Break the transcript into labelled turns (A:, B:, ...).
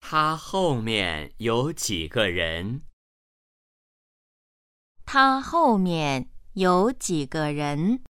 A: 他后面有几个人？
B: 他后面有几个人？